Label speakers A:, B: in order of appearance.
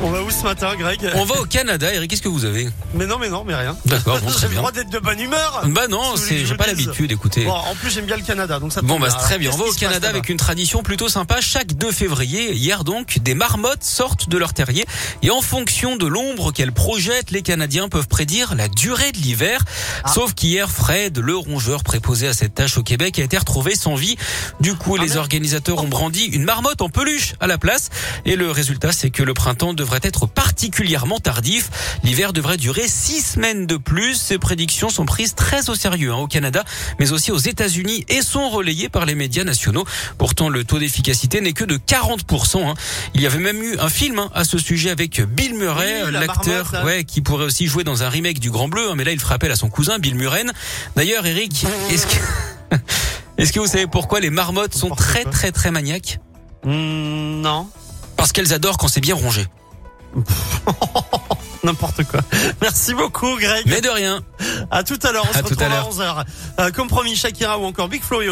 A: On va où ce matin, Greg
B: On va au Canada, Eric, qu'est-ce que vous avez
A: Mais non, mais non, mais rien.
B: D'accord, bon,
A: J'ai
B: très
A: le
B: bien.
A: droit d'être de bonne humeur.
B: Bah non,
A: Si vous voulez
B: c'est
A: que je
B: j'ai pas
A: le dise.
B: l'habitude, écoutez.
A: Bon, en plus, j'aime bien le Canada, donc ça. tombe
B: Bon bah c'est
A: Alors,
B: très bien, on va au
A: qu'est-ce qui se passe
B: Canada
A: là-bas
B: avec une tradition plutôt sympa. Chaque 2 février, hier donc, des marmottes sortent de leur terrier et en fonction de l'ombre qu'elles projettent, les Canadiens peuvent prédire la durée de l'hiver.
A: Ah.
B: Sauf qu'hier, Fred, le rongeur préposé à cette tâche au Québec, a été retrouvé sans vie. Du coup,
A: Ah
B: les organisateurs ont brandi une marmotte en peluche à la place et le résultat c'est que le printemps devrait être particulièrement tardif. L'hiver devrait durer 6 semaines de plus. Ces prédictions sont prises très au sérieux hein, au Canada mais aussi aux États-Unis et sont relayés par les médias nationaux. Pourtant, le taux d'efficacité n'est que de 40%. hein. Il y avait même eu un film hein, à ce sujet avec Bill Murray,
A: Oui, la
B: l'acteur
A: marmotte, hein. là.
B: ouais, qui pourrait aussi jouer dans un remake du Grand Bleu, hein, mais là il fera appel à son cousin Bill Murray. D'ailleurs, Eric, est-ce que... Est-ce que vous savez pourquoi les marmottes sont
A: N'importe
B: très
A: quoi.
B: très très maniaques
A: Hmm, Non,
B: Parce qu'elles adorent quand c'est bien rongé.
A: n'importe quoi. Merci beaucoup, Greg.
B: Mais de rien.
A: À tout à l'heure. On se
B: Mm. À tout à
A: retrouve à,
B: l'heure.
A: 11h. comme promis, Shakira ou encore Big Flo et